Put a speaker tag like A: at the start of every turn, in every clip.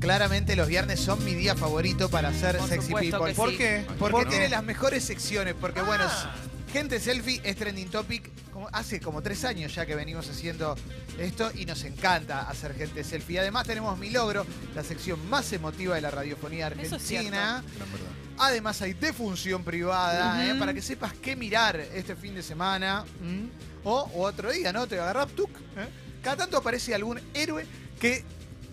A: Claramente los viernes son mi día favorito para hacer
B: Por
A: Sexy
B: supuesto
A: People.
B: que
A: ¿Por
B: sí. Ah.
A: qué? Porque
C: ¿Por qué?
A: tiene las mejores secciones, porque bueno, es- gente selfie es trending topic como- hace como tres años ya que venimos haciendo esto y nos encanta hacer gente selfie. Y además tenemos Mi Logro, la sección más emotiva de la radiofonía
B: Eso es
A: argentina. Además hay defunción privada, ¿eh?
B: Ujú.
A: para que sepas qué mirar este fin de semana. ¿m? O, o otro día, ¿no? Te agarrás, tuk. ¿eh? Cada tanto aparece algún héroe que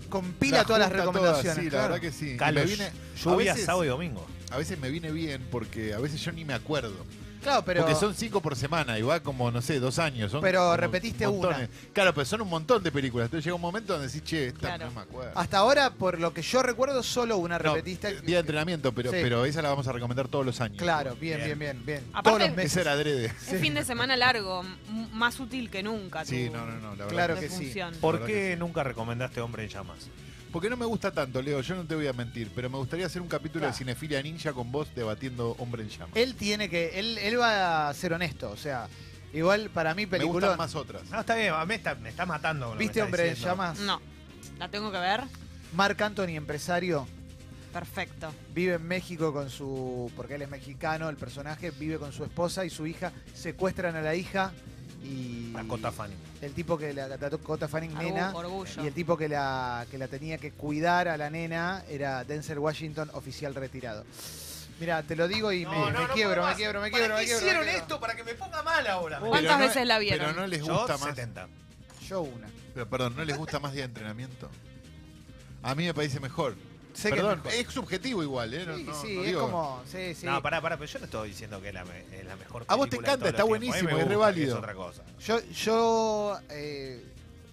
A: compila todas las
C: junta todas,
A: recomendaciones.
C: sí, la
A: claro.
C: verdad que sí.
D: Calos,
C: Me viene- a,
D: lluvia,
C: veces,
D: sábado y domingo.
C: a veces me viene bien porque a veces yo ni me acuerdo.
A: Claro, pero...
C: porque son cinco por semana y va como, no sé, dos años. son
A: Pero
C: como
A: repetiste
C: montones. Claro, pero son un montón de películas. Entonces llega un momento donde decís, che, esta
B: Claro.
C: no me acuerdo.
A: Hasta ahora, por lo que yo recuerdo, solo una
C: No,
A: repetista.
C: eh, día de entrenamiento, pero,
A: Sí.
C: pero esa la vamos a recomendar todos los años.
A: Claro, bien, bien, bien, bien.
B: Aparte-
A: Todos los meses.
C: Esa era adrede.
A: Sí.
B: Es fin de semana largo, m- más útil que nunca.
C: Sí,
B: tu-
C: no, no, no. La verdad
A: Ah, Claro
B: tu
A: que sí.
B: función.
C: Por-
D: ¿Por
C: verdad
D: qué
C: que sí.
D: nunca recomendaste Hombre en Llamas?
C: Porque no me gusta tanto, Leo, yo no te voy a mentir, pero me gustaría hacer un capítulo
A: Claro.
C: de Cinefilia Ninja con vos debatiendo Hombre en Llamas.
A: Él tiene que. Él, él va a ser honesto, o sea. Igual para mí,
C: me gustan
A: peliculón.
C: más otras.
D: No, está bien, a mí está- me está matando. con lo que
A: ¿Viste
D: está
A: Hombre en
D: diciendo.
A: Llamas?
B: No, la tengo que ver.
A: Marc Anthony, empresario,
B: Perfecto.
A: vive en México con su. Porque él es mexicano, el personaje, vive con su esposa y su hija. Secuestran a la hija y.
D: Dakota Fanning.
A: El tipo que la. Dakota Fanning,
B: Argu-
A: nena.
B: orgullo.
A: Y el tipo que la, que la tenía que cuidar a la nena era Denzel Washington, oficial retirado. Mira, te lo digo y me, me quiebro, me quiebro, me quiebro, me quiebro. me quiebro.
D: Para que me ponga mal ahora.
B: ¿Cuántas
C: Pero no-
B: veces la vieron?
C: Pero no les
D: Yo,
C: gusta más.
D: 70.
A: Yo una.
C: pero, perdón, ¿no les gusta más día de entrenamiento? A mí me parece mejor.
A: Sé que
C: perdón,
A: mejor.
C: es, subjetivo igual, ¿eh? No-
A: sí,
C: no-
A: sí,
C: no
A: es
C: digo-
A: como. Sí, sí.
D: No, pará, pará, pero yo no estoy diciendo que es la, me- es la mejor
C: A vos te
D: película de
C: encanta,
D: todos
C: está
D: los tiempos. A
C: buenísimo,
D: mí me
C: es re
D: gusta, que
C: válido.
D: Es otra cosa.
A: Yo, yo eh,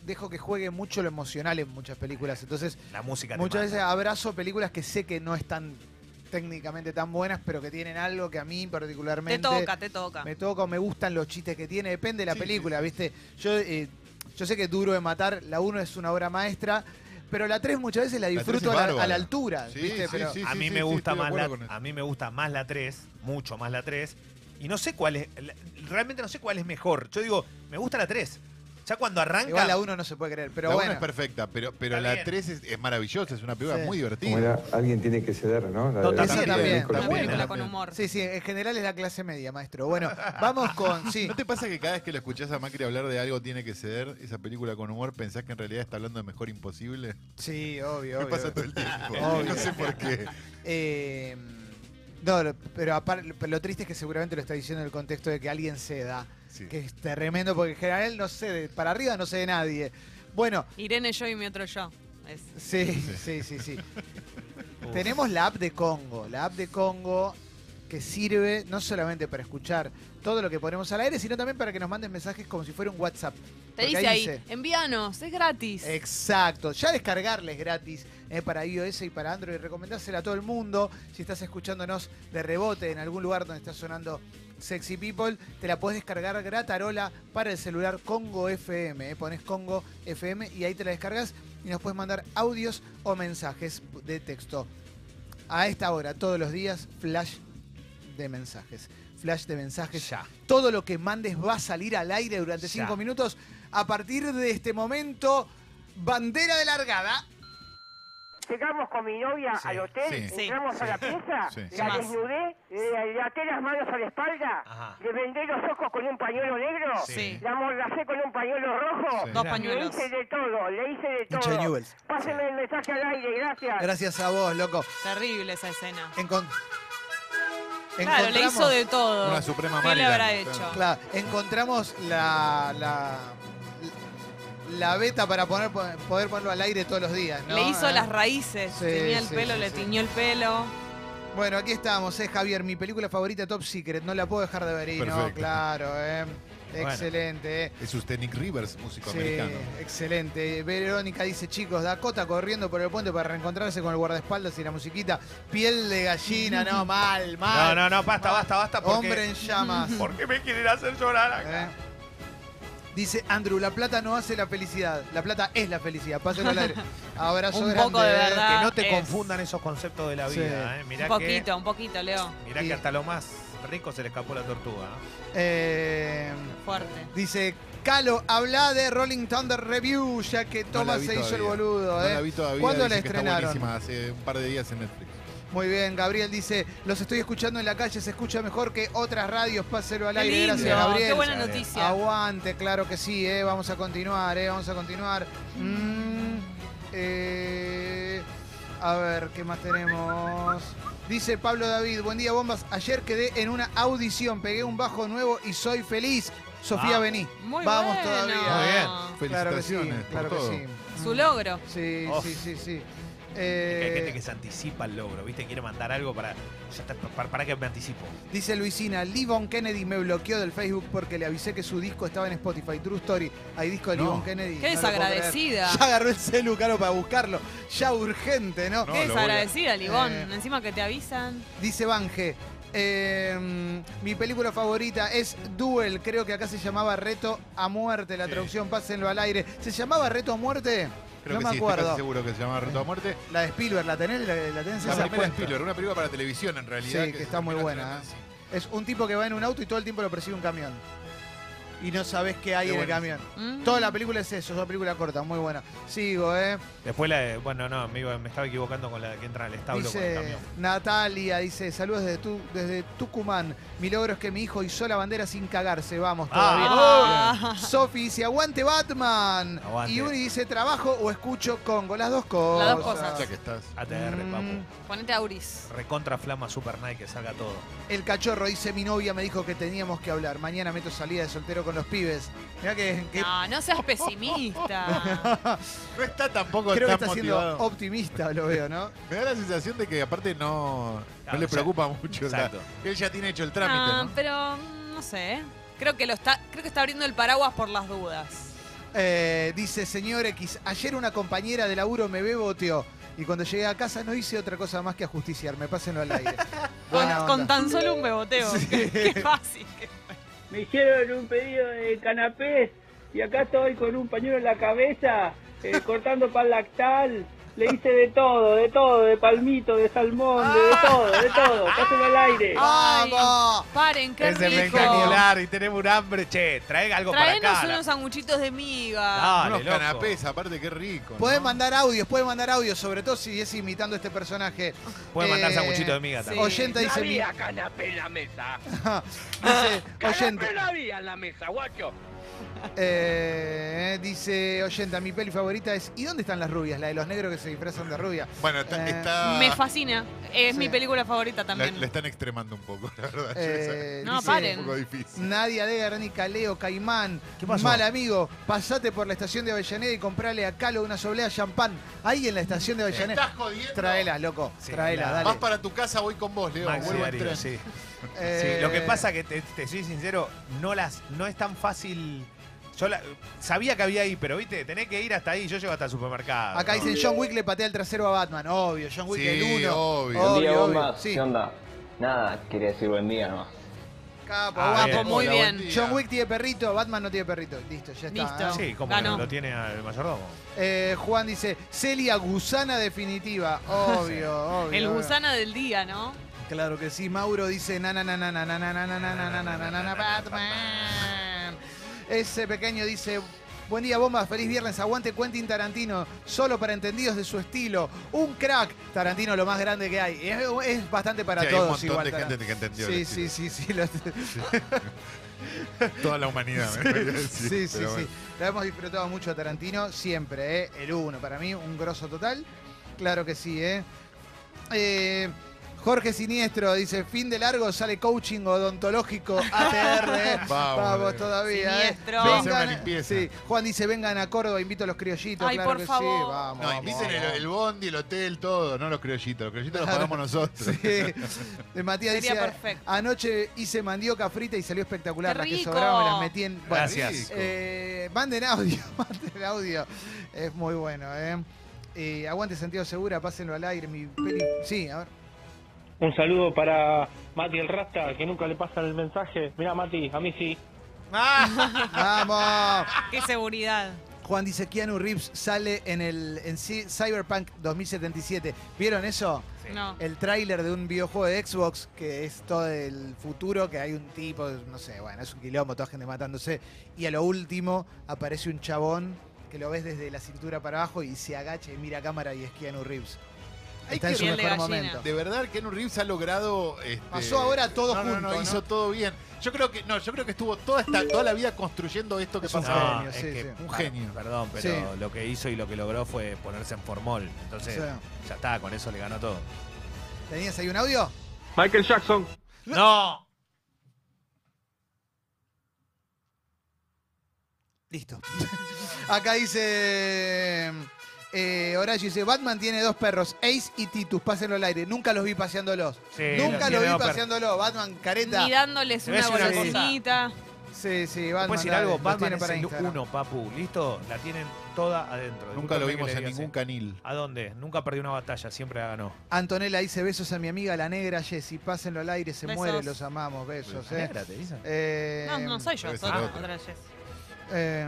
A: dejo que juegue mucho lo emocional en muchas películas. Entonces,
D: La música te
A: muchas
D: mata.
C: ah,
A: veces abrazo películas que sé que no están técnicamente tan buenas, pero que tienen algo que a mí
B: Te
A: particularmente.
B: toca, te toca.
A: Me toca o me gustan los chistes que tiene, depende de la
C: Sí,
A: película, ¿viste? Yo, eh, yo sé que Duro de Matar, la 1 es una obra maestra, pero la 3 muchas veces la
C: tres es
A: disfruto a, la, a la
C: bárbara.
A: altura,
C: Sí,
A: ¿viste?
C: sí,
A: pero
C: sí.
D: a mí me
C: sí,
D: gusta
C: estoy de
D: más
C: acuerdo
D: la,
C: con eso.
D: a mí me gusta más la 3, mucho más la 3 y no sé cuál es la- realmente no sé cuál es mejor. Yo digo, me gusta la 3. Ya cuando arranca
A: igual la 1 no se puede creer, pero
C: la 1
A: bueno.
C: es perfecta, pero, pero
D: Está
C: la
D: bien.
C: 3 es, es maravillosa, es una película
A: Sí.
C: muy
E: Como
C: divertida.
E: era, alguien tiene que ceder, ¿no? La
D: No,
E: de-
D: también,
E: la
A: también,
E: película.
B: Una
A: también.
B: película
A: Bueno,
B: con humor.
A: Sí, sí, en general es la clase media, maestro. Bueno, vamos con. Sí,
C: ¿No te pasa que cada vez que lo escuchás a Macri hablar de algo tiene que ceder, esa película con humor, pensás que en realidad está hablando de Mejor Imposible?
A: sí, obvio,
C: Me
A: obvio.
C: pasa todo el tiempo.
A: Obvio.
C: No sé por qué.
A: Eh, no, lo- pero apar- lo triste es que seguramente lo está diciendo en el contexto de que alguien ceda,
C: Sí.
A: que es tremendo porque en general no cede, para arriba no cede nadie. Bueno,
B: Irene, yo y mi otro yo. Es-
A: Sí, sí, sí, sí.
D: uh,
A: Tenemos la app de Congo, la app de Congo que sirve no solamente para escuchar todo lo que ponemos al aire, sino también para que nos manden mensajes como si fuera un WhatsApp.
B: Te
A: Porque Eh,
B: dice ahí, envíanos, es gratis.
A: Exacto, ya descargarles gratis eh, para iOS y para Android, recomendársela a todo el mundo. Si estás escuchándonos de rebote en algún lugar donde está sonando Sexy People, te la podés descargar gratarola para el celular Congo FM. eh. Pones Congo FM y ahí te la descargas y nos puedes mandar audios o mensajes de texto. A esta hora, todos los días, flash de mensajes. Flash de mensajes
D: ya.
A: todo lo que mandes va a salir al aire durante
D: Ya.
A: cinco minutos. A partir de este momento, bandera de largada.
F: Llegamos con mi novia
D: Sí,
F: al hotel,
C: sí,
F: entramos
C: sí,
F: a la pieza,
C: sí.
F: la
B: Más.
F: desnudé, eh, le até las manos a la espalda,
D: Ajá.
F: le vendé los ojos con un pañuelo negro,
B: Sí.
F: la mordacé con un pañuelo rojo,
C: Sí.
B: Dos
F: le
B: pañuelos.
F: hice de todo, le hice de
A: Hincha de
F: todo.
A: Newell's.
F: Pásenme el mensaje al aire, gracias.
A: Gracias a vos, loco.
B: Terrible esa escena.
A: Encon-
B: Claro, le
A: encontramos-
B: hizo de todo.
C: Una suprema
B: ¿Qué le
C: Maryland,
B: habrá
C: claro.
B: hecho?
A: Claro, encontramos la, la, la beta para poner, poder ponerlo al aire todos los días. ¿no?
B: Le hizo
A: Ah.
B: las raíces,
A: Sí,
B: tenía el
A: sí,
B: pelo,
A: sí,
B: le
A: sí.
B: tiñó el pelo.
A: Bueno, aquí estamos, eh, Javier. Mi película favorita, Top Secret. No la puedo dejar de ver. y no,
C: Perfecto.
A: claro. eh.
D: Bueno.
A: Excelente. eh.
C: Es usted Nick Rivers, músico
A: Sí,
C: americano.
A: excelente. Verónica dice, chicos, Dakota corriendo por el puente para reencontrarse con el guardaespaldas y la musiquita. Piel de gallina, no, mal,
D: No,
A: mal.
D: no, no, basta, basta, basta porque
A: Hombre en llamas.
D: ¿Por qué me quieren hacer llorar acá?
A: ¿eh? Dice Andrew, la plata no hace la felicidad. La plata es la felicidad. Pásenlo al aire. Abrazo
B: Un
A: grande.
B: poco de
A: ¿eh?
B: verdad.
D: Que no te
B: es-
D: confundan esos conceptos de la
A: Sí.
D: vida, eh. Mirá
B: un poquito, un poquito, Leo.
D: que mirá
A: Sí.
D: que hasta lo más rico se le escapó la tortuga. ¿eh?
A: Eh,
B: Fuerte.
A: dice Calo, habla de Rolling Thunder Review, ya que
C: No la
A: Thomas
C: vi
A: se hizo el
C: todavía.
A: boludo.
C: No
A: ¿eh?
C: la vi todavía.
A: ¿Cuándo la
C: dicen que está
A: estrenaron?
C: buenísima, hace un par de días en Netflix.
A: Muy bien, Gabriel dice, los estoy escuchando en la calle, se escucha mejor que otras radios, páselo al
B: Qué
A: aire,
B: lindo,
A: gracias Gabriel.
B: qué buena
D: Gracias,
B: noticia.
A: Aguante, claro que sí, eh, vamos a continuar, eh, vamos a continuar. Mm, eh, a ver, ¿qué más tenemos? Dice Pablo David, buen día bombas, ayer quedé en una audición, pegué un bajo nuevo y soy feliz. Sofía,
D: Ah,
A: vení.
B: Muy
A: vamos
B: bueno.
A: todavía.
D: Muy
A: Ah, Claro que sí,
C: Felicitaciones
A: claro
C: por todo.
A: que sí.
B: Su logro.
A: Sí,
D: Uf.
A: sí, sí, sí.
D: Oh. Es que hay
A: Eh,
D: gente que se anticipa al logro, ¿viste? Quiere mandar algo para. ya está, para, para que me anticipo.
A: Dice Luisina, Livon Kennedy me bloqueó del Facebook porque le avisé que su disco estaba en Spotify. True Story. Hay disco de
C: No.
A: Livon Kennedy.
B: Qué
A: no lo puedo creer.
B: desagradecida.
A: Ya agarró el celu, claro, para buscarlo. Ya urgente, ¿no?
C: No.
B: Qué
C: lo voy a-
B: desagradecida, Libón.
A: Eh.
B: Encima que te avisan.
A: Dice Banje, eh, mi película favorita es Duel. Creo que acá se llamaba Reto a Muerte. La
C: Sí.
A: traducción, pásenlo al aire. ¿Se llamaba Reto a Muerte?
C: Creo
A: no
C: que
A: me
C: sí, estoy
A: acuerdo.
C: casi seguro que se llama Reto a Muerte.
A: La de Spielberg, ¿la tenés? ¿La, la tenés
C: La
A: esa
C: primera
A: puesta?
C: Spiller, una película para televisión en realidad.
A: Sí, que está muy buena, ¿eh?
C: Sí.
A: Es un tipo que va en un auto y todo el tiempo lo persigue un camión. Y no sabes qué hay
C: Qué
A: en el
C: buenísimo.
A: camión.
B: Mm.
A: Toda la película es eso, es una película corta, muy buena. Sigo, ¿eh?
D: Después la de- Bueno, no, me, iba- me estaba equivocando con la que entra al establo con el
A: Dice
D: camión.
A: Natalia, dice, saludos desde, tu- desde Tucumán. Mi logro es que mi hijo hizo la bandera sin cagarse, vamos todavía.
B: Ah.
A: Sofi dice, aguante Batman.
D: Aguante.
A: Y Uri dice, trabajo o escucho Congo. Las dos cosas.
B: Las dos cosas.
C: Ya que estás.
D: ATR,
A: Mm.
D: papu.
B: Ponete Auris.
D: Recontra Flama Super Night, que salga todo.
A: El cachorro dice, mi novia me dijo que teníamos que hablar. Mañana meto salida de soltero con los pibes. Mirá que, que
B: No, no seas pesimista.
C: No está tampoco
A: creo que
C: tan
A: está
C: motivado.
A: siendo optimista, lo veo, ¿no?
C: Me da la sensación de que aparte no, no
D: Claro,
C: le
D: ya-
C: preocupa mucho. la-
D: Exacto.
C: él ya tiene hecho el trámite,
B: Ah,
C: ¿no?
B: pero mm, no sé. Creo que lo está, creo que está abriendo el paraguas por las dudas.
A: Eh, dice, señor X, ayer una compañera de laburo me beboteó y cuando llegué a casa no hice otra cosa más que ajusticiarme. Pásenlo al aire.
B: Con,
A: Buena
B: con
A: onda.
B: tan solo un beboteo. Qué fácil.
E: Me hicieron un pedido de canapés y acá estoy con un pañuelo en la cabeza, eh, cortando pan lactal. Le hice de todo, de todo, de palmito, de salmón, de, de todo, de todo. Pásenlo al aire.
A: ¡Vamos!
B: Paren, qué
D: Es
B: rico.
D: espectacular y tenemos un hambre. Che, trae algo para
B: Traenos
D: acá. la-
B: unos sanguchitos de miga.
D: Dale,
C: Unos
D: loco.
C: canapés, aparte, qué rico.
A: Pueden
C: ¿no?
A: mandar audios, pueden mandar audios, sobre todo si es imitando a este personaje.
D: Pueden
A: Eh,
D: mandar sanguchito de miga
B: sí.
D: también.
A: Oyenta
E: No
A: dice, mi-
E: había canapé en la mesa.
A: dice, oyente,
E: Canapé no había en la mesa, guacho.
A: eh, dice oyenta, mi peli favorita es ¿Y dónde están las rubias? La de los negros que se disfrazan de rubia.
C: Bueno, está.
A: Eh,
C: está-
B: Me fascina. Es
A: Sí.
B: mi película favorita
C: la,
B: también.
C: la están extremando un poco, la verdad.
A: Eh,
B: No,
A: dice-
B: paren.
C: Es un poco difícil.
A: Nadia de Garnica, Leo, Caimán.
D: ¿Qué pasó?
A: Mal amigo, pasate por la estación de Avellaneda y comprale a Calo una soblea champán. Ahí en la estación de
C: Me
A: Avellaneda.
C: estás jodiendo.
A: Traela, loco.
D: Sí,
A: Traela,
D: la-
A: dale.
C: Vas para tu casa, voy con vos, Leo.
D: Maxi
C: Vuelvo en
D: Darío,
C: tren.
D: sí.
A: Eh,
D: Sí, lo que pasa que te, te soy sincero, no las no es tan fácil. Yo la- sabía que había ahí, pero viste, tenés que ir hasta ahí, yo llego hasta el supermercado.
A: Acá
D: ¿no?
A: dicen John Wick le patea el trasero a Batman. Obvio, John Wick
C: Sí,
A: el uno.
C: obvio.
G: Buen día,
A: obvio.
G: bombas.
A: Sí.
G: ¿Qué onda? Nada, quería decir buen día nomás.
A: Capo,
D: Ah,
A: guapo.
D: bien.
B: muy
C: Hola,
B: bien.
C: buen día.
A: John Wick tiene perrito, Batman no tiene perrito. Listo, ya está.
B: Listo.
A: ¿no?
D: Sí, como
B: Ganó.
D: lo tiene el mayordomo.
A: Eh, Juan dice, Celia Gusana definitiva. Obvio, obvio.
B: El
A: obvio.
B: gusano del día, ¿no?
A: Claro que sí, Mauro dice na na na na na na na na na na na na na na na na Batman. Ese pequeño dice Buen día, bombas. Feliz viernes. Aguante Quentin Tarantino. Solo para entendidos de su estilo. Un crack. Tarantino, lo más grande que hay. Es, es bastante para
C: Sí, hay un
A: todos.
C: montón
A: igual,
C: de gente
A: Tarantino.
C: que entendió.
A: Sí,
C: el
A: sí,
C: estilo.
A: sí, sí. lo-
C: Toda la humanidad. me quería decir,
A: Sí, sí,
C: pero
A: sí.
C: bueno.
A: La hemos disfrutado mucho a Tarantino, siempre, ¿eh? El uno, para mí, un grosso total. Claro que sí, ¿eh? Eh, Jorge Siniestro dice, fin de largo sale coaching odontológico ATR. ¿eh?
C: Vamos,
A: Vamos
C: Diego.
A: todavía. ¿eh?
B: Siniestro. Vamos
C: a hacer una limpieza.
A: sí. Juan dice, vengan a Córdoba, invito a los criollitos.
B: Ay,
A: claro
B: por
A: que sí,
B: favor.
A: vamos.
C: No,
A: vamos,
C: inviten el,
A: vamos.
C: el bondi, el hotel, todo, no los criollitos. Los criollitos los pagamos nosotros.
A: Sí. De Matías
B: Sería
A: dice,
B: perfecto.
A: anoche hice mandioca frita y salió espectacular.
B: ¡Qué
A: Las que
B: rico!
A: sobraban me las metí en... Bueno,
D: Gracias.
C: Rico.
A: Eh, manden audio, manden audio. Es muy bueno, ¿eh? Eh, aguante Santiago Segura, pásenlo al aire. Mi peli... Sí, a ver.
H: Un saludo para Mati el Rasta, que nunca le pasa el mensaje. Mira, Mati, a mí sí.
A: ¡Vamos!
B: Qué seguridad.
A: Juan dice Keanu Reeves sale en el en Ci- Cyberpunk 2077. ¿Vieron eso?
B: No.
A: El tráiler de un videojuego de Xbox que es todo el futuro, que hay un tipo, no sé, bueno, es un quilombo, toda gente matándose. Y a lo último aparece un chabón que lo ves desde la cintura para abajo y se agacha y mira a cámara y es Keanu Reeves.
C: Hay
A: Está
C: que-
A: en su
B: Piel de
A: mejor
B: gallina.
A: momento.
C: De verdad, Ken Reeves ha logrado. este,
A: Pasó ahora todo
C: no, no, no,
A: junto, ¿no?
C: hizo todo bien. Yo creo que no, yo creo que estuvo toda esta, toda la vida construyendo esto que
A: Es un
C: pasó.
A: genio,
D: es
A: sí,
D: que-
A: sí.
C: Un genio.
D: Perdón, pero
A: Sí.
D: lo que hizo y lo que logró fue ponerse en formol. Entonces,
A: Sí.
D: ya está, con eso le ganó todo.
A: ¿Tenías ahí un audio?
H: Michael Jackson.
D: ¡No!
A: Listo. Acá dice. Eh, Horacio dice: Batman tiene dos perros, Ace y Titus, pásenlo al aire. Nunca los vi paseándolos.
D: Sí,
A: Nunca los
D: lo tiene
A: vi
D: dos perros.
A: paseándolos. Batman, careta.
B: Ni dándoles
D: Te voy a
B: una
D: decir una cosa.
B: golosita.
A: Sí, sí, Batman.
D: Puedes decir
A: dale,
D: algo,
A: los
D: Batman
A: tiene
D: es
A: para
D: el
A: Instagram.
D: uno, papu. ¿Listo? La tienen toda adentro.
C: Ah, Nunca lo
D: Discúlpame que
C: vimos
D: le
C: en
D: diga así.
C: ningún canil.
D: ¿A dónde? Nunca perdió una batalla, siempre la ganó.
A: Antonella dice: Besos a mi amiga la negra Jessy, pásenlo al aire, se
B: Besos.
A: muere, los amamos, besos. eh.
D: te dicen.
A: Eh,
B: No, no soy yo,
C: debe
B: soy
C: ser
B: otra,
C: otra.
B: otra Jess.
A: eh,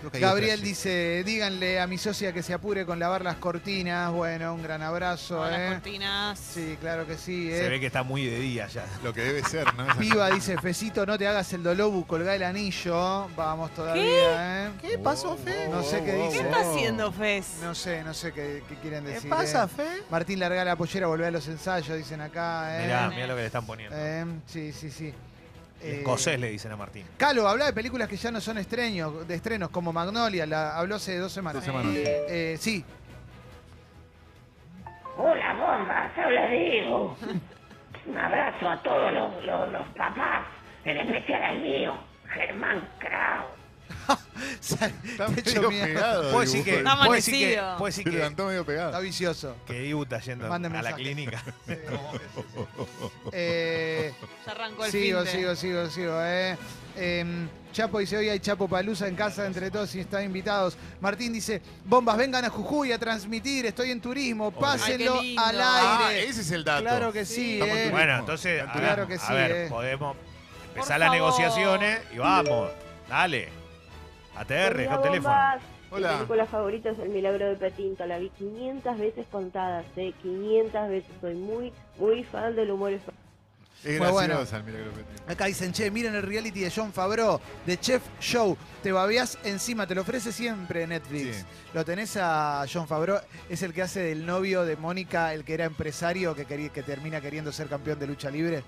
C: Creo que hay
A: Gabriel
C: otra, sí.
A: dice: Díganle a mi socia que se apure con lavar las cortinas. Bueno, un gran abrazo.
B: Todas
A: eh.
B: las cortinas.
A: Sí, claro que sí. eh.
D: Se ve que está muy de día ya.
C: Lo que debe ser, ¿no? Esa-
A: Piba dice, Fecito, no te hagas el dolobu, colgá el anillo. Vamos todavía, ¿eh?
C: ¿Qué pasó, Fe?
A: No sé qué dice.
B: ¿Qué está haciendo Fez?
A: No sé, no sé qué, qué quieren decir. ¿Qué
D: Fe?
A: Martín, larga la pollera, volvé a los ensayos, dicen acá, ¿eh?
D: Mirá, mirá lo que le están poniendo.
A: Eh, Sí, sí, sí. Eh,
D: Escocés le dicen a Martín.
A: Calo, habla de películas que ya no son estrenos, de estrenos, como Magnolia, la habló hace dos semanas.
C: Dos semanas.
A: Eh, sí,
F: Hola, bomba, habla Diego. Un abrazo a todos los, los, los papás, en especial al mío, Germán Krau.
C: Está
A: Te echo
C: medio
A: mierda.
C: pegado.
D: Puedo decir que.
C: dibujo.
B: Está
D: Puedo decir que.
B: amanecido.
D: Puedo decir
C: Se
D: que.
C: levantó medio
A: está
C: pegado.
A: vicioso.
D: Que Ibu está yendo a
A: Manden
D: la
A: mensajes.
D: clínica.
A: Eh,
B: Ya arrancó el
A: sigo,
B: finte.
A: sigo, sigo, sigo, eh. Em, Chapo dice, hoy hay Chapo Palusa en casa entre todos y están invitados. Martín dice, bombas, vengan a Jujuy a transmitir, estoy en turismo, pásenlo
B: Ay, qué lindo.
A: al
C: Ah,
A: aire.
C: ese es el dato.
A: claro que sí,
B: Sí.
C: Estamos en
A: eh.
C: turismo.
D: Bueno, entonces,
C: Gran
A: Claro
D: hagamos-
A: que
D: a
A: sí,
D: ver,
A: eh.
D: podemos empezar
B: Por
D: las
B: favor.
D: negociaciones y vamos. Dale. ATR, con teléfono.
A: Eh,
I: bombas. Mi
C: Hola.
I: película favorita es El Milagro de Petinto. La vi 500 veces contada, sé, 500 veces. Soy muy, muy fan del humor español.
C: Es
A: Muy bueno.
C: graciosa el milagro que tiene.
A: Acá dicen, che, miren el reality de John Favreau, de Chef Show. Te babeás encima, te lo ofrece siempre Netflix.
C: Sí.
A: Lo tenés a John Favreau, es el que hace del novio de Mónica, el que era empresario, que, quería- que termina queriendo ser campeón de lucha libre.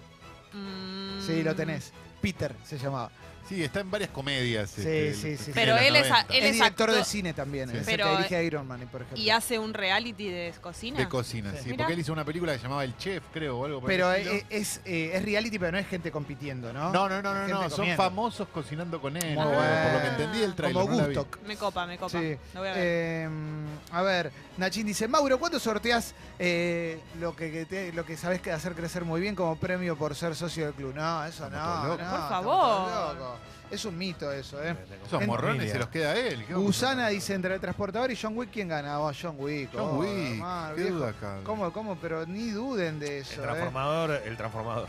B: Mm.
A: Sí, lo tenés. Peter se llamaba.
C: Sí, está en varias comedias.
A: Sí,
C: este,
A: sí, sí, sí.
C: de
B: Pero
C: los
B: él es a-
C: 90.
B: él
A: es director
B: actor-
A: de cine también,
C: Sí.
A: es
B: Pero, eh,
A: el que dirige Iron Man, por ejemplo.
B: Y hace un reality de cocina.
C: De cocina, sí.
B: Mirá.
C: Porque él hizo una película que se llamaba El Chef, creo, o algo por el
A: pero
C: estilo.
A: eh, es, eh, es reality, pero no es gente compitiendo, ¿no?
C: No, no, no, no,
A: gente
C: no, Son
A: comiendo.
C: famosos cocinando con él.
A: Muy
C: creo,
A: bueno.
C: Por lo que entendí del trailer.
A: Como
C: no la vi.
A: Gusto.
B: me copa, me copa.
A: Sí.
B: Lo voy a ver.
A: Eh, a ver, Nachín dice, Mauro, ¿cuándo sorteás eh, lo que, que te- lo que sabés que hacer crecer muy bien como premio por ser socio del club? No, eso
C: Estamos
A: no,
C: todos locos.
A: no,
B: Por
A: estamos
B: favor.
A: todos locos. Es un mito eso, ¿eh?
C: Esos
A: En-
C: morrones se los queda a él. ¿qué vamos a
A: Gusana
C: hacer?
A: dice, entre el transportador y John Wick, ¿quién gana? Oh, John Wick.
C: John
A: oh,
C: Wick,
A: hermano,
C: qué
A: viejo.
C: duda acá.
A: ¿Cómo, cómo? Pero ni duden de
D: El
A: eso, ¿eh?
D: transformador, el transformador.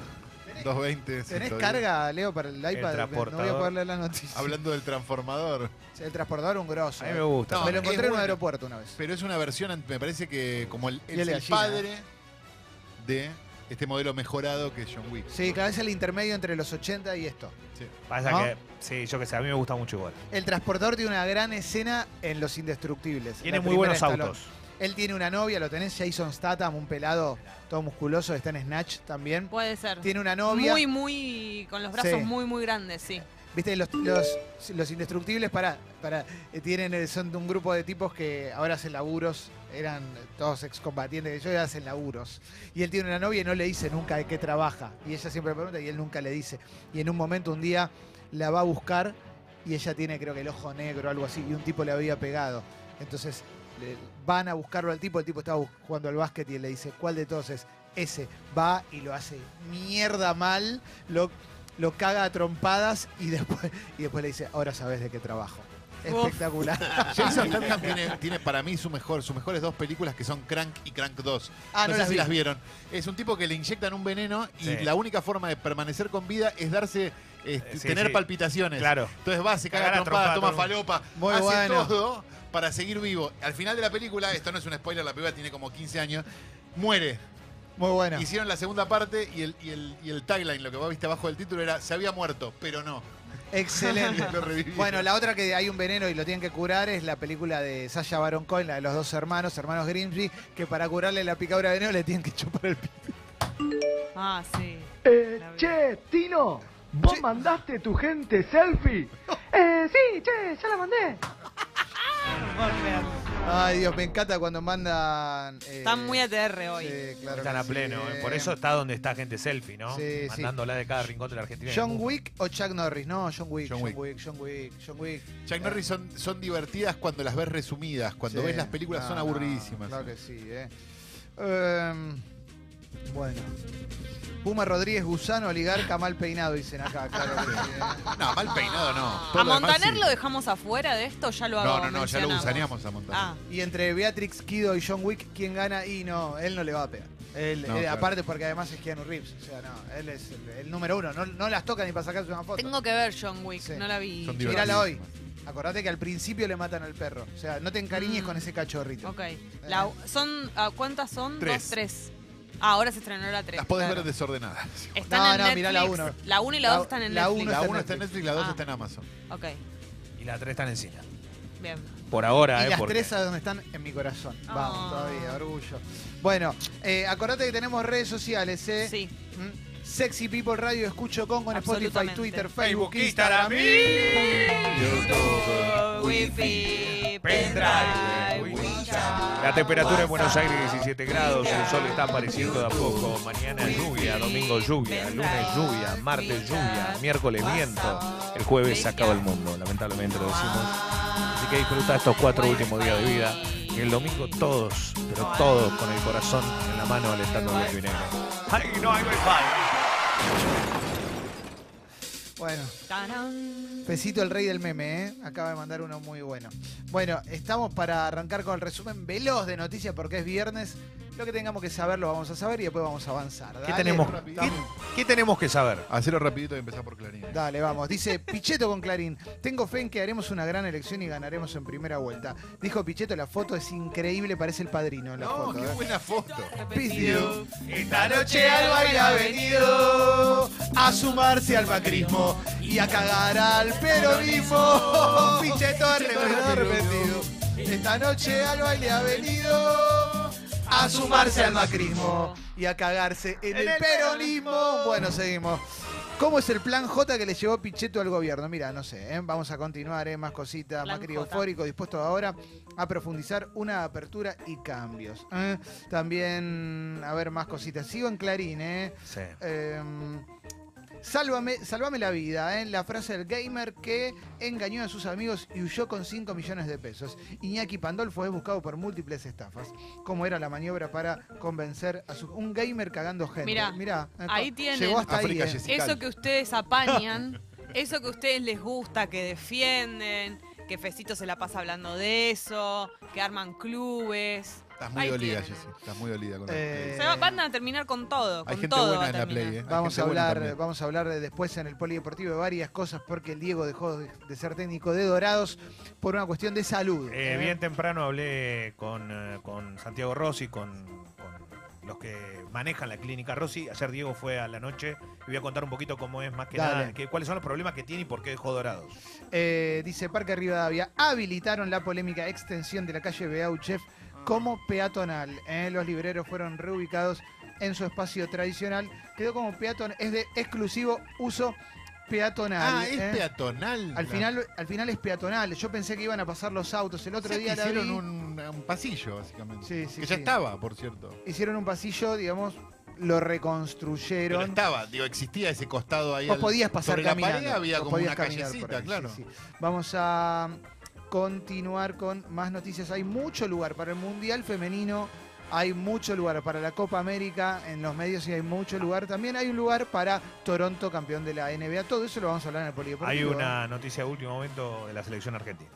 C: 220.
A: ¿Tenés
C: 110.
A: carga, Leo, para el iPad? No voy a
D: transportador.
A: poder leer la noticia.
C: Hablando del transformador.
A: El transpordador un grosso.
D: A mí me
A: eh.
D: gusta.
C: No,
A: Me lo
C: es
A: encontré en un
C: bueno.
A: aeropuerto una vez.
C: Pero es una versión, ant- me parece que como el,
A: Piel
C: es
A: de
C: el
A: gallina.
C: padre de este modelo mejorado que es John Wick.
A: Sí, claro, es el intermedio entre los 80 y esto.
D: Pasa
A: ¿No?
D: que, sí, yo que sé, a mí me gusta mucho igual.
A: El transportador tiene una gran escena en Los Indestructibles.
D: Tiene
A: La
D: muy
A: primera
D: buenos
A: de Stallone.
D: autos.
A: Él tiene una novia, lo tenés, Jason Statham, un pelado todo musculoso, está en Snatch también.
B: Puede ser.
A: Eh, Tiene una novia.
B: Muy, muy. Con los brazos
A: Sí.
B: muy, muy grandes, sí.
A: Viste, los, los, los indestructibles para, para, tienen, eh, son de un grupo de tipos que ahora hacen laburos, eran todos excombatientes que yo y ahora hacen laburos. Y él tiene una novia y no le dice nunca de qué trabaja. Y ella siempre le pregunta y él nunca le dice. Y en un momento, un día, la va a buscar y ella tiene creo que el ojo negro o algo así, y un tipo le había pegado. Entonces le- van a buscarlo al tipo, el tipo estaba bu- jugando al básquet y él le dice, ¿cuál de todos es? Ese va y lo hace mierda mal, lo, lo caga a trompadas y después, y después le dice, ahora sabes de qué trabajo.
B: Uf.
A: Espectacular.
C: Jason Statham tiene, tiene para mí su mejor, sus mejores dos películas que son Crank y Crank 2.
A: Ah,
C: no,
A: no
C: sé
A: las
C: si
A: vi.
C: las vieron. Es un tipo que le inyectan un veneno y
D: Sí.
C: la única forma de permanecer con vida es darse este,
D: Eh, sí,
C: tener
D: sí.
C: palpitaciones.
D: Claro.
C: Entonces va, se caga
D: Cagar a
C: la trompada,
D: trompada
C: toma
D: a todo el
C: falopa,
A: Muy
C: hace
A: bueno.
C: todo para seguir vivo. Al final de la película, esto no es un spoiler, la película tiene como 15 años, muere.
A: Muy buena.
C: Hicieron la segunda parte y el, y el, y el tagline, lo que vos viste abajo del título era se había muerto, pero no.
A: Excelente.
C: Lo revivieron.
A: Bueno, la otra que hay un veneno y lo tienen que curar es la película de Sasha Baron Cohen, la de los dos hermanos, hermanos Grimsby, que para curarle la picadura de veneno le tienen que chupar el pito.
B: Ah, sí.
A: Eh,
B: La vi.
J: che, Tino, ¿vos mandaste tu gente selfie? Eh, sí, che, ya la mandé.
A: Ay, Dios, me encanta cuando mandan. eh,
B: Están muy ATR hoy.
A: sí, claro
D: Están
A: que
D: a
A: sí.
D: pleno, ¿eh? por eso está donde está gente selfie, ¿no?
A: Sí, sí.
D: Mandándola de cada rincón de la Argentina. y del
A: John
D: mundo.
A: Wick o Chuck Norris. No, John Wick,
C: John
A: John,
C: Wick.
A: Wick. John Wick, John Wick.
C: Jack Norris son, son divertidas cuando las ves resumidas, cuando
A: Sí.
C: ves las películas
A: No,
C: son
A: no,
C: aburridísimas.
A: claro que sí, eh. Em, bueno. Puma Rodríguez, gusano, oligarca, mal peinado, dicen acá, claro que sí, eh.
C: No, mal peinado no. Todo
B: ¿A
C: lo demás,
B: Montaner
C: sí.
B: lo dejamos afuera de esto? Ya lo hago.
C: No, no, no, ya lo
B: mencionamos.
C: gusaneamos a Montaner.
B: Ah,
A: Y entre Beatrix Kido y John Wick, ¿quién gana? Y no, él no le va a pegar. Él,
C: No,
A: eh,
C: claro.
A: Aparte porque además es Keanu Reeves. O sea, no, él es el, el número uno. No, no las toca ni para sacarse una foto.
B: tengo que ver John Wick,
A: Sí.
B: no la vi.
C: Son
A: Mirala
C: divertidas.
A: hoy. Acordate que al principio le matan al perro. O sea, no te encariñes
B: Mm.
A: con ese cachorrito.
B: Ok. La- son, ah, ¿Cuántas son?
C: Tres.
B: Dos, tres. Ah, ahora se estrenó la tres.
C: Las podés
B: claro.
C: ver desordenadas.
B: Están
A: No,
B: en
A: no,
B: Netflix.
A: mirá la uno.
B: La 1 y la
A: La-
B: 2 están en
A: la
B: Netflix.
A: uno
C: La
A: en
C: uno está en
A: Netflix.
C: Netflix, la dos
B: Ah.
C: está en Amazon.
B: Ok,
D: Y la tres están en cine.
B: bien.
D: Por ahora,
A: Y
D: ¿eh?
A: las
D: porque-
A: tres a donde están en mi corazón. Vamos,
B: Ah.
A: todavía, orgullo. Bueno, eh, acordate que tenemos redes sociales, ¿eh?
B: Sí.
A: Mm. Sexy People Radio Escucho con con Spotify,
B: Absolutamente.
A: Twitter,
D: Facebook,
A: Facebook,
D: Instagram,
A: Instagram.
D: YouTube,
B: Wifi,
D: pendrive,
B: wincha.
D: La temperatura en Buenos Aires 17 grados, el sol está apareciendo de a poco. Mañana lluvia, domingo lluvia, lunes lluvia, martes lluvia, miércoles viento. El jueves se acaba el mundo, lamentablemente lo decimos. Así que disfruta estos cuatro últimos días de vida. Y el domingo todos, pero todos con el corazón en la mano alentando al blanco y negro. ¡Ay, no hay wifi!
A: Bueno,
B: Tarán.
A: besito el rey del meme, ¿eh? Acaba de mandar uno muy bueno. Bueno, estamos para arrancar con el resumen veloz de noticias porque es viernes. Lo que tengamos que saber lo vamos a saber y después vamos a avanzar.
D: ¿Qué
A: Dale,
D: tenemos,
A: rapidito.
D: qué- qué tenemos que saber?
C: Hacelo rapidito y empezá por Clarín.
A: Dale, vamos. Dice Pichetto con Clarín. Tengo fe en que haremos una gran elección y ganaremos en primera vuelta. Dijo Pichetto, la foto es increíble, parece el padrino en la
C: No,
A: foto.
C: qué
A: ¿eh?
C: buena foto.
A: Pidió
D: Esta
A: noche al baile ha venido a sumarse al macrismo y a cagar al peronismo. Pichetto arrepentido, arrepentido. Esta noche al baile ha venido a sumarse al macrismo y a cagarse en el peronismo. Bueno, seguimos. ¿Cómo es el plan J que le llevó Pichetto al gobierno? Mira, no sé, ¿eh? vamos a continuar, ¿eh? más cositas,
B: Plan
A: más
B: J.
A: eufórico, dispuesto ahora a profundizar una apertura y cambios. ¿eh? También, a ver, más cositas. Sigo en Clarín, ¿eh?
D: Sí.
A: Em, Sálvame, sálvame la vida, ¿eh? la frase del gamer que engañó a sus amigos y huyó con 5 millones de pesos. Iñaki Pandolfo es buscado por múltiples estafas. ¿Cómo era la maniobra para convencer a su, un gamer cagando gente?
B: Mirá,
A: eh,
B: ahí
A: co-
B: tienen.
A: Llegó hasta
C: África
A: ahí. eh.
C: Jessica.
B: Eso que ustedes apañan, eso que a ustedes les gusta, que defienden, que Fecito se la pasa hablando de eso, que arman clubes.
C: Estás muy
B: Ahí
C: dolida,
B: tienen.
C: Jessy. Estás muy dolida con la
A: Eh,
B: Se va- van a terminar con todo, con
C: Hay gente
B: todo va
C: buena
B: a
C: en la
B: terminar.
C: Play, ¿eh? Hay
A: Vamos
C: gente
A: a
C: buena
A: hablar,
C: también.
A: vamos a hablar de- después en el polideportivo de varias cosas porque el Diego dejó de, de ser técnico de Dorados por una cuestión de salud.
D: Eh,
A: ¿eh?
D: bien temprano hablé con, eh, con Santiago Rossi, con, con los que manejan la clínica Rossi. Ayer Diego fue a la noche y voy a contar un poquito cómo es más que
A: Dale.
D: nada, que- cuáles son los problemas que tiene y por qué dejó dorados.
A: Eh, dice Parque Rivadavia, habilitaron la polémica extensión de la calle Beauchef como peatonal. ¿eh? Los libreros fueron reubicados en su espacio tradicional. Quedó como peatonal, es de exclusivo uso peatonal.
C: Ah, es
A: ¿eh?
C: peatonal.
A: Al
C: La-
A: final, al final es peatonal. Yo pensé que iban a pasar los autos. El
C: O
A: otro
C: sea, que
A: día la
C: hicieron
A: vi.
C: un, un pasillo, básicamente.
A: Sí, sí,
C: que ya
A: sí.
C: estaba, por cierto.
A: hicieron un pasillo, digamos, lo
C: Pero
A: reconstruyeron.
C: estaba, digo, existía ese costado ahí.
A: Vos
C: al-
A: podías pasar
C: sobre
A: caminando.
C: la pared había
A: vos
C: como
A: podías
C: una
A: caminar por
C: callecita,
A: ahí, sí,
C: claro.
A: sí. Vamos a continuar con más noticias. Hay mucho lugar para el Mundial Femenino, hay mucho lugar para la Copa América en los medios y hay mucho lugar. También hay un lugar para Toronto, campeón de la NBA. Todo eso lo vamos a hablar en el Polideportivo.
D: Hay
A: ¿eh?
D: una noticia de último momento de la selección argentina.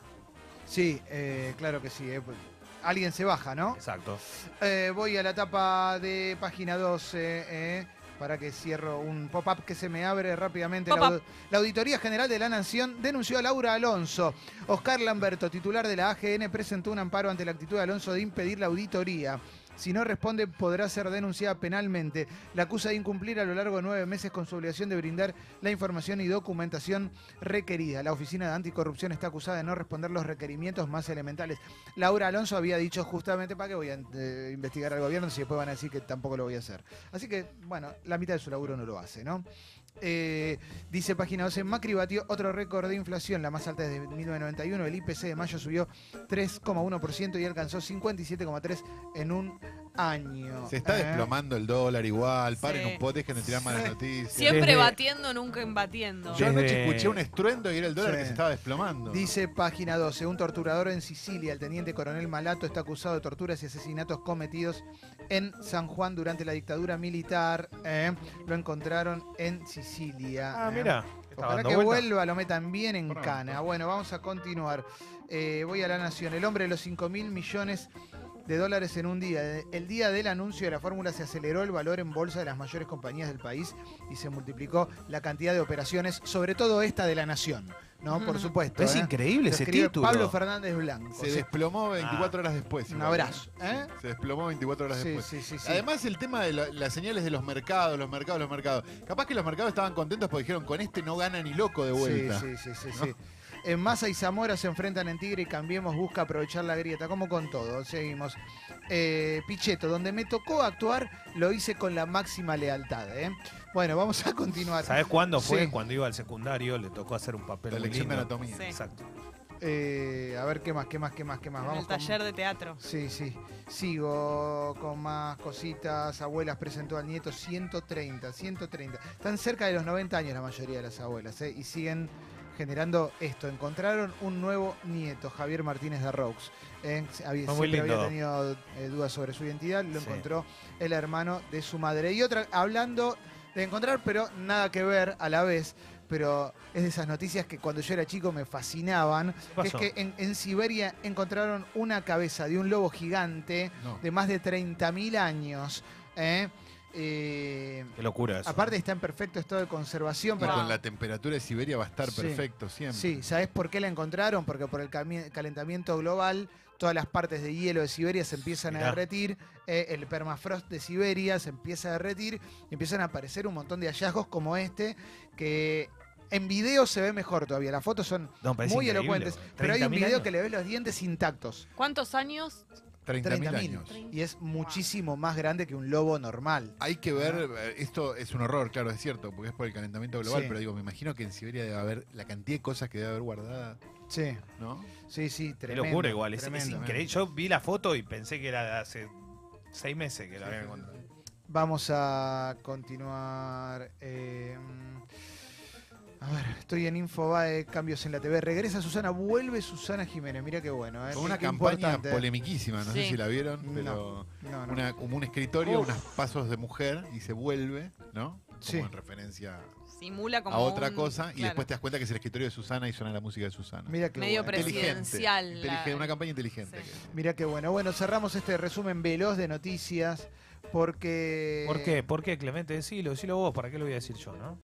A: Sí, eh, claro que sí. eh. Alguien se baja, ¿no?
D: Exacto.
A: Eh, voy a la tapa de página 12. eh. Para que cierro un pop-up que se me abre rápidamente. La,
B: Pop-up.
A: au- la Auditoría General de la Nación denunció a Laura Alonso. Oscar Lamberto, titular de la AGN, presentó un amparo ante la actitud de Alonso de impedir la auditoría. Si no responde, podrá ser denunciada penalmente. La acusa de incumplir a lo largo de nueve meses con su obligación de brindar la información y documentación requerida. La Oficina de Anticorrupción está acusada de no responder los requerimientos más elementales. Laura Alonso había dicho justamente para qué voy a eh, investigar al gobierno si después van a decir que tampoco lo voy a hacer. Así que, bueno, la mitad de su laburo no lo hace, ¿no? Eh, dice página 12, Macri batió otro récord de inflación, la más alta desde 1991. El IPC de mayo subió 3,1% y alcanzó 57,3% en un año.
C: Se está
A: Eh,
C: desplomando el dólar igual. Paren
B: Sí.
C: un pote, dejen de tirar malas noticias.
B: Siempre
D: Desde-
B: batiendo, nunca embatiendo.
C: Yo anoche
D: Desde-
C: escuché un estruendo y era el dólar
A: Sí.
C: que se estaba desplomando.
A: Dice página 12, un torturador en Sicilia, el teniente coronel Malato, está acusado de torturas y asesinatos cometidos en San Juan durante la dictadura militar. eh. Lo encontraron en Sicilia.
D: Ah,
A: eh.
D: mira.
A: Ojalá que vuelva, lo metan bien en cana. Bueno, vamos a continuar. Eh, voy a la Nación. El hombre de los 5 mil millones de dólares en un día. De- El día del anuncio de la fórmula se aceleró el valor en bolsa de las mayores compañías del país y se multiplicó la cantidad de operaciones, sobre todo esta de la Nación. ¿No? Por
B: Ujú.
A: supuesto.
K: Es
A: ¿eh?
K: increíble
A: Lo
K: ese
A: escribe
K: título.
A: Pablo Fernández Blanco.
C: Se
A: Sí.
C: desplomó 24 horas después.
A: ah, Un
C: igual.
A: abrazo. ¿eh?
C: Se desplomó 24 horas
A: Sí,
C: después.
A: sí, sí, sí.
C: Además, el tema de la- las señales de los mercados, los mercados, los mercados. Capaz que los mercados estaban contentos porque dijeron, con este no gana ni loco de vuelta.
A: Sí, sí, sí, sí, sí. En Massa y Zamora se enfrentan en Tigre y Cambiemos busca aprovechar la grieta, como con todo. Seguimos. Eh, Pichetto, donde me tocó actuar, lo hice con la máxima lealtad. ¿eh? Bueno, vamos a continuar.
D: ¿Sabes cuándo fue?
A: Sí.
D: Cuando iba al secundario le tocó hacer un papel
C: La
D: muy
C: lección de
D: lindo.
C: anatomía.
B: Sí.
D: Exacto.
A: Eh, a ver qué más, qué más, qué más, qué más.
B: En
A: vamos
B: el
A: con-
B: taller de teatro.
A: Sí, sí. Sigo con más cositas. Abuelas presentó al nieto 130, 130. Están cerca de los 90 años la mayoría de las abuelas ¿eh? y siguen generando esto. Encontraron un nuevo nieto, Javier Martínez de Roux. ¿eh? Había,
D: Fue muy
A: siempre había
D: lindo.
A: tenido eh, dudas sobre su identidad, lo
D: Sí.
A: encontró el hermano de su madre. Y otra, hablando de encontrar, pero nada que ver a la vez. Pero es de esas noticias que cuando yo era chico me fascinaban. que Es
D: pasó?
A: que en, en Siberia encontraron una cabeza de un lobo gigante
C: No.
A: de más de 30.000 años. ¿eh? Eh,
D: Qué locura eso.
A: aparte está en perfecto estado de conservación.
C: Y
A: pero-
C: con la temperatura de Siberia va a estar
A: Sí.
C: perfecto siempre.
A: Sí, ¿sabés por qué la encontraron? Porque por el cami- calentamiento global, todas las partes de hielo de Siberia se empiezan a
D: Mirá.
A: derretir, eh, el permafrost de Siberia se empieza a derretir y empiezan a aparecer un montón de hallazgos como este, que en video se ve mejor todavía. Las fotos son
D: No, parece
A: muy
D: increíble,
A: elocuentes,
D: boludo.
A: pero hay un
D: 30.000
A: video
D: años.
A: que le ves los dientes intactos.
B: ¿Cuántos años?
C: 30.000
A: 30.000
C: años.
A: Y es muchísimo más grande que un lobo normal.
C: Hay que ver, eh, esto es un horror, claro, es cierto, porque es por el calentamiento global,
A: Ah. Sí.
C: pero digo, me imagino que en Siberia debe haber la cantidad de cosas que debe haber guardada,
A: Sí,
C: ¿no?
A: sí, sí,
D: Qué
A: tremendo.
D: locura igual. Es, es
A: tremendo.
D: increíble. Yo vi la foto y pensé que era de hace seis meses que la habían
C: sí,
D: encontrado.
A: Vamos a continuar. eh, a ver, estoy en Infobae, cambios en la TV. Regresa Susana, vuelve Susana Jiménez. Mira qué bueno, ¿eh?
C: Con una
A: Qué
C: campaña
A: importante.
C: polemiquísima, no sé
B: Sí.
C: si la vieron,
A: No.
C: pero
A: No, no.
C: una- como un escritorio,
B: Uf.
C: unos pasos de mujer y se vuelve, ¿no? Como
A: Sí.
C: en referencia
B: Simula como
C: a otra
B: un-
C: cosa y
B: claro,
C: después te das cuenta que es el escritorio de Susana y suena la música de Susana.
A: Mira qué
B: Medio
A: bueno.
B: presidencial. presidencial, la-
C: Inteligente, una campaña inteligente.
B: Sí.
C: que-
A: Mira qué bueno. Bueno, cerramos este resumen veloz de noticias porque.
D: ¿Por qué? ¿Por qué, Clemente? Decilo, decilo vos, ¿para qué lo voy a decir yo, no?